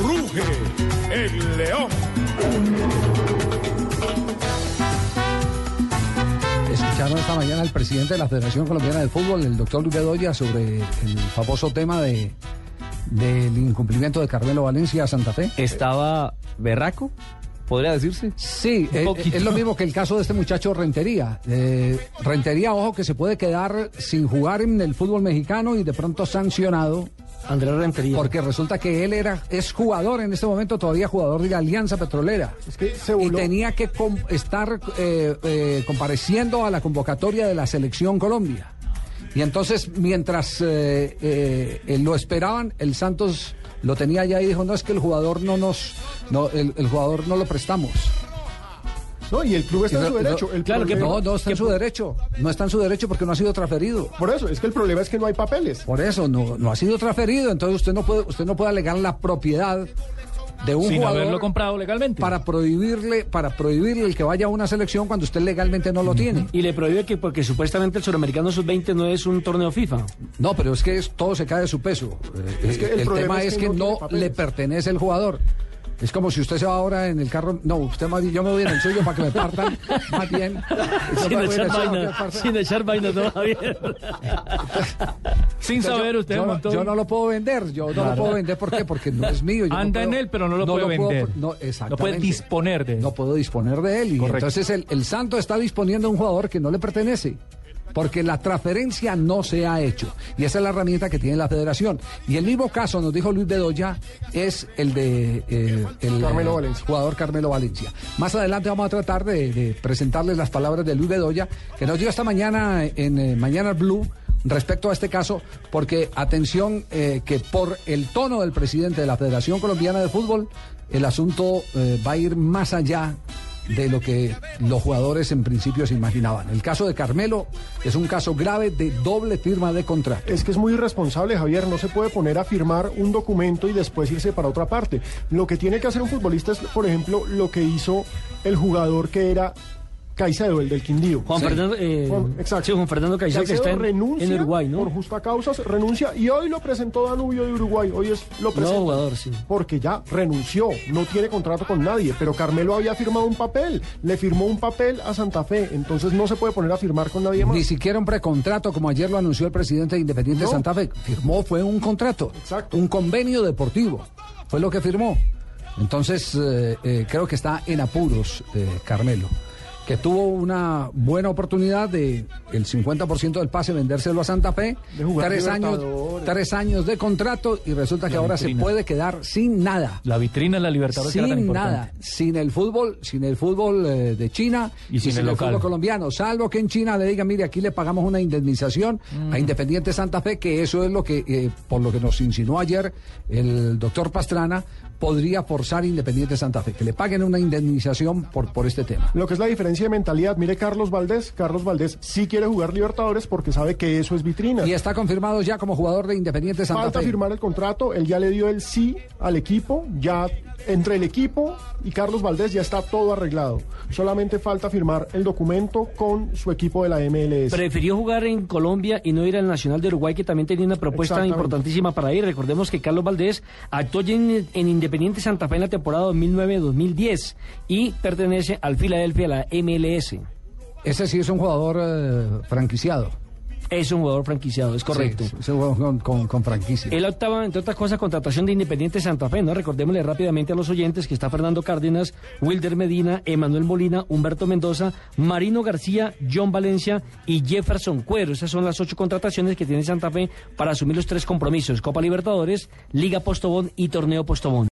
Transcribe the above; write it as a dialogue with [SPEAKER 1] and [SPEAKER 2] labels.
[SPEAKER 1] Ruge el león.
[SPEAKER 2] Escucharon esta mañana al presidente de la Federación Colombiana de Fútbol, el doctor Luis Bedoya, sobre el famoso tema de del incumplimiento de Carmelo Valencia a Santa Fe.
[SPEAKER 3] ¿Estaba berraco? ¿Podría decirse?
[SPEAKER 2] Sí, eh,
[SPEAKER 3] poquito.
[SPEAKER 2] es lo mismo que el caso de este muchacho Rentería. Eh, Rentería, ojo, que se puede quedar sin jugar en el fútbol mexicano y de pronto sancionado.
[SPEAKER 4] Andrés Rentería.
[SPEAKER 2] Porque resulta que él era es jugador en este momento, todavía jugador de la Alianza Petrolera.
[SPEAKER 4] Es que se
[SPEAKER 2] y
[SPEAKER 4] voló.
[SPEAKER 2] tenía que com- estar eh, eh, compareciendo a la convocatoria de la Selección Colombia. Y entonces, mientras eh, eh, eh, lo esperaban, el Santos lo tenía ya y dijo, no, es que el jugador no nos... No, el, el jugador no lo prestamos.
[SPEAKER 4] No, y el club está
[SPEAKER 2] Y
[SPEAKER 4] en su
[SPEAKER 2] no-
[SPEAKER 4] derecho.
[SPEAKER 2] no-
[SPEAKER 4] El
[SPEAKER 3] claro que
[SPEAKER 4] problema-
[SPEAKER 2] No, no está en su derecho. No está en su derecho porque no ha sido transferido.
[SPEAKER 4] Por eso, es que el problema es que no hay papeles.
[SPEAKER 2] Por eso no, no ha sido transferido, entonces usted no puede usted no puede alegar la propiedad de un
[SPEAKER 5] Sin
[SPEAKER 2] jugador
[SPEAKER 5] haberlo comprado legalmente.
[SPEAKER 2] para prohibirle para prohibirle el que vaya a una selección cuando usted legalmente no lo tiene.
[SPEAKER 5] Y le prohíbe que porque supuestamente el suramericano sub-20 no es un torneo FIFA.
[SPEAKER 2] No, pero es que es- todo se cae de su peso. Eh,
[SPEAKER 4] Es que el
[SPEAKER 2] el,
[SPEAKER 4] problema
[SPEAKER 2] tema es que,
[SPEAKER 4] tiene
[SPEAKER 2] no,
[SPEAKER 4] papeles.
[SPEAKER 2] le pertenece el jugador. Es como si usted se va ahora en el carro. No, usted más bien, yo me voy en el suyo para que me partan. Más bien. Yo
[SPEAKER 5] Sin
[SPEAKER 2] me voy en el
[SPEAKER 5] echar,
[SPEAKER 2] suyo para que me
[SPEAKER 5] vaina,
[SPEAKER 2] partan.
[SPEAKER 5] sin echar vaina todavía. sin
[SPEAKER 2] Yo-
[SPEAKER 5] saber usted
[SPEAKER 2] yo, no-
[SPEAKER 5] montó
[SPEAKER 2] yo
[SPEAKER 5] un-
[SPEAKER 2] no lo puedo vender, yo no lo puedo vender, ¿por qué? Porque no es mío. yo no
[SPEAKER 5] Anda en
[SPEAKER 2] puedo-
[SPEAKER 5] él, pero no lo puede
[SPEAKER 2] puedo-
[SPEAKER 5] vender.
[SPEAKER 2] no,
[SPEAKER 5] No puede
[SPEAKER 2] exactamente.
[SPEAKER 5] disponer de él.
[SPEAKER 2] No puedo disponer de él. Y
[SPEAKER 5] Correcto.
[SPEAKER 2] entonces el, el Santo está disponiendo a un jugador que no le pertenece. Porque la transferencia no se ha hecho. Y esa es la herramienta que tiene la federación. Y el mismo caso, nos dijo Luis Bedoya, es el de eh, el
[SPEAKER 4] Carmelo
[SPEAKER 2] eh,
[SPEAKER 4] Valencia.
[SPEAKER 2] jugador Carmelo Valencia. Más adelante vamos a tratar de, de presentarles las palabras de Luis Bedoya, que nos dio esta mañana en eh, Mañana Blue respecto a este caso, porque atención eh, que por el tono del presidente de la Federación Colombiana de Fútbol, el asunto eh, va a ir más allá de lo que los jugadores en principio se imaginaban. El caso de Carmelo es un caso grave de doble firma de contrato.
[SPEAKER 4] Es que es muy irresponsable, Javier. No se puede poner a firmar un documento y después irse para otra parte. Lo que tiene que hacer un futbolista es, por ejemplo, lo que hizo el jugador que era Caicedo, el del Quindío.
[SPEAKER 5] Juan
[SPEAKER 4] Sí.
[SPEAKER 5] Fernando, eh,
[SPEAKER 4] Juan- exacto.
[SPEAKER 5] sí, Juan Fernando Caicedo, que está en-
[SPEAKER 4] renuncia
[SPEAKER 5] en Uruguay, ¿no?
[SPEAKER 4] Por justa causa renuncia y hoy lo presentó Danubio de Uruguay. Hoy es lo presentó.
[SPEAKER 5] jugador, sí.
[SPEAKER 4] Porque ya renunció, no tiene contrato con nadie. Pero Carmelo había firmado un papel, le firmó un papel a Santa Fe. Entonces no se puede poner a firmar con nadie más.
[SPEAKER 2] Ni siquiera un precontrato, como ayer lo anunció el presidente de Independiente
[SPEAKER 4] No.
[SPEAKER 2] Santa Fe. Firmó, fue un contrato.
[SPEAKER 4] Exacto.
[SPEAKER 2] Un convenio deportivo. Fue lo que firmó. Entonces, eh, eh, creo que está en apuros, eh, Carmelo. Que tuvo una buena oportunidad de el 50% del pase vendérselo a Santa Fe.
[SPEAKER 4] De jugar
[SPEAKER 2] tres, años,
[SPEAKER 4] Libertadores.
[SPEAKER 2] tres años de contrato y resulta que ahora se
[SPEAKER 5] vitrina.
[SPEAKER 2] puede quedar sin nada.
[SPEAKER 5] La vitrina de la Libertadores que era tan
[SPEAKER 2] Sin
[SPEAKER 5] importante.
[SPEAKER 2] nada, sin el fútbol, sin el fútbol eh, de China
[SPEAKER 5] Y sin el local.
[SPEAKER 2] fútbol colombiano, salvo que en China le digan, mire, aquí le pagamos una indemnización
[SPEAKER 5] Mm.
[SPEAKER 2] a Independiente Santa Fe, que eso es lo que, eh, por lo que nos insinuó ayer el doctor Pastrana, podría forzar Independiente Santa Fe, que le paguen una indemnización por, por este tema.
[SPEAKER 4] Lo que es la diferencia de mentalidad. Mire Carlos Valdés. Carlos Valdés sí quiere jugar Libertadores porque sabe que eso es vitrina.
[SPEAKER 2] Y está confirmado ya como jugador de Independiente Santa
[SPEAKER 4] Falta
[SPEAKER 2] Fe.
[SPEAKER 4] firmar el contrato. Él ya le dio el sí al equipo. Ya entre el equipo y Carlos Valdés ya está todo arreglado. Solamente falta firmar el documento con su equipo de la MLS.
[SPEAKER 5] Prefirió jugar en Colombia y no ir al Nacional de Uruguay, que también tenía una propuesta
[SPEAKER 4] Exactamente.
[SPEAKER 5] importantísima para ir. Recordemos que Carlos Valdés actuó ya en, en Independiente Santa Fe en la temporada 2009-2010 y pertenece al Philadelphia, la MLS.
[SPEAKER 2] Ese sí es un jugador eh, franquiciado.
[SPEAKER 5] Es un jugador franquiciado, es correcto.
[SPEAKER 2] Sí, es un jugador con, con- con franquicia.
[SPEAKER 5] Él optaba, entre otras cosas, contratación de Independiente Santa Fe, ¿no? Recordémosle rápidamente a los oyentes que está Fernando Cárdenas, Wilder Medina, Emanuel Molina, Humberto Mendoza, Marino García, John Valencia y Jefferson Cuero. Esas son las ocho contrataciones que tiene Santa Fe para asumir los tres compromisos, Copa Libertadores, Liga Postobón y Torneo Postobón.